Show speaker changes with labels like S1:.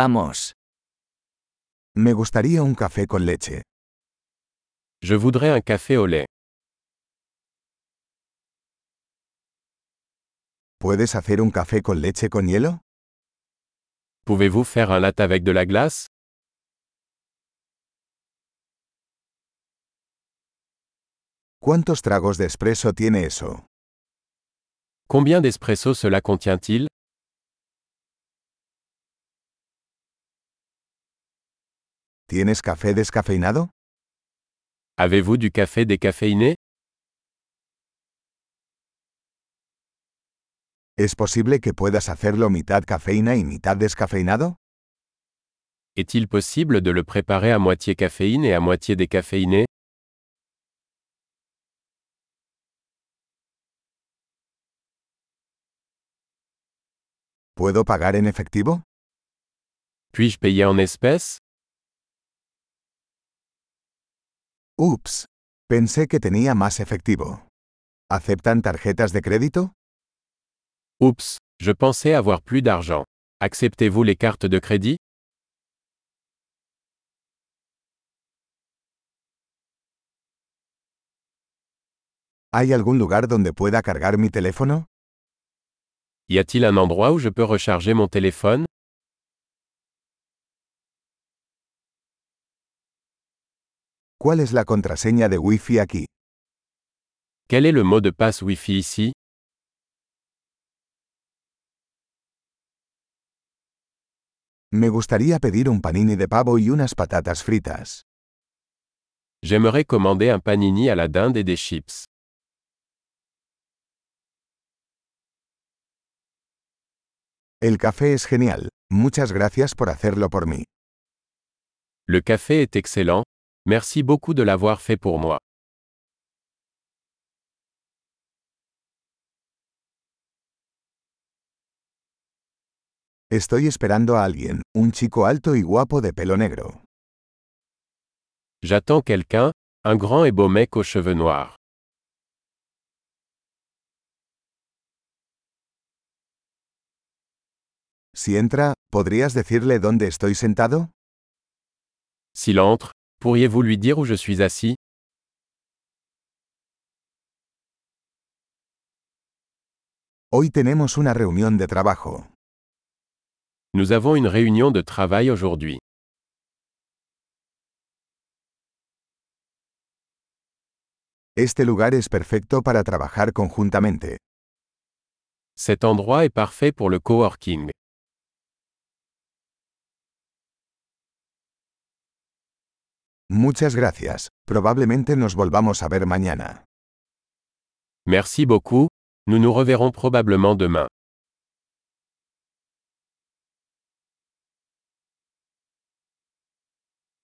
S1: Vamos.
S2: Me gustaría un café con leche.
S3: Je voudrais un café au lait.
S2: ¿Puedes hacer un café con leche con hielo?
S3: Pouvez-vous faire un latte avec de la glace
S2: ¿Cuántos tragos de espresso tiene eso?
S3: Combien d'espresso cela contient-il
S2: ¿Tienes café descafeinado?
S3: Avez-vous du café décaféiné
S2: ¿Es posible que puedas hacerlo mitad cafeína y mitad descafeinado?
S3: Est-il possible de le préparer à moitié caféine et à moitié décaféiné
S2: ¿Puedo pagar en efectivo?
S3: Puis-je payer en espèces
S2: Ups. Pensé que tenía más efectivo. ¿Aceptan tarjetas de crédito?
S3: Oups, je pensais avoir plus d'argent. Acceptez-vous les cartes de crédit
S2: ¿Hay algún lugar donde pueda cargar mi teléfono?
S3: Y a-t-il un endroit où je peux recharger mon téléphone
S2: ¿Cuál es la contraseña de Wi-Fi aquí?
S3: Quel est le mot de passe Wi-Fi ici
S2: Me gustaría pedir un panini de pavo y unas patatas fritas.
S3: J'aimerais commander un panini à la dinde et des chips.
S2: El café es genial. Muchas gracias por hacerlo por mí.
S3: Le café est excellent. Merci beaucoup de l'avoir fait pour moi.
S2: Estoy esperando a alguien, un chico alto y guapo de pelo negro.
S3: J'attends quelqu'un, un grand et beau mec aux cheveux noirs.
S2: Si entra, ¿podrías decirle dónde estoy sentado?
S3: S'il entre, pourriez-vous lui dire où je suis assis
S2: Hoy tenemos una reunión de trabajo.
S3: Nous avons une réunion de travail aujourd'hui.
S2: Este lugar es perfecto para trabajar conjuntamente.
S3: Cet endroit est parfait pour le coworking.
S2: Muchas gracias. Probablemente nos volvamos a ver mañana.
S3: Merci beaucoup, nous nous reverrons probablement demain.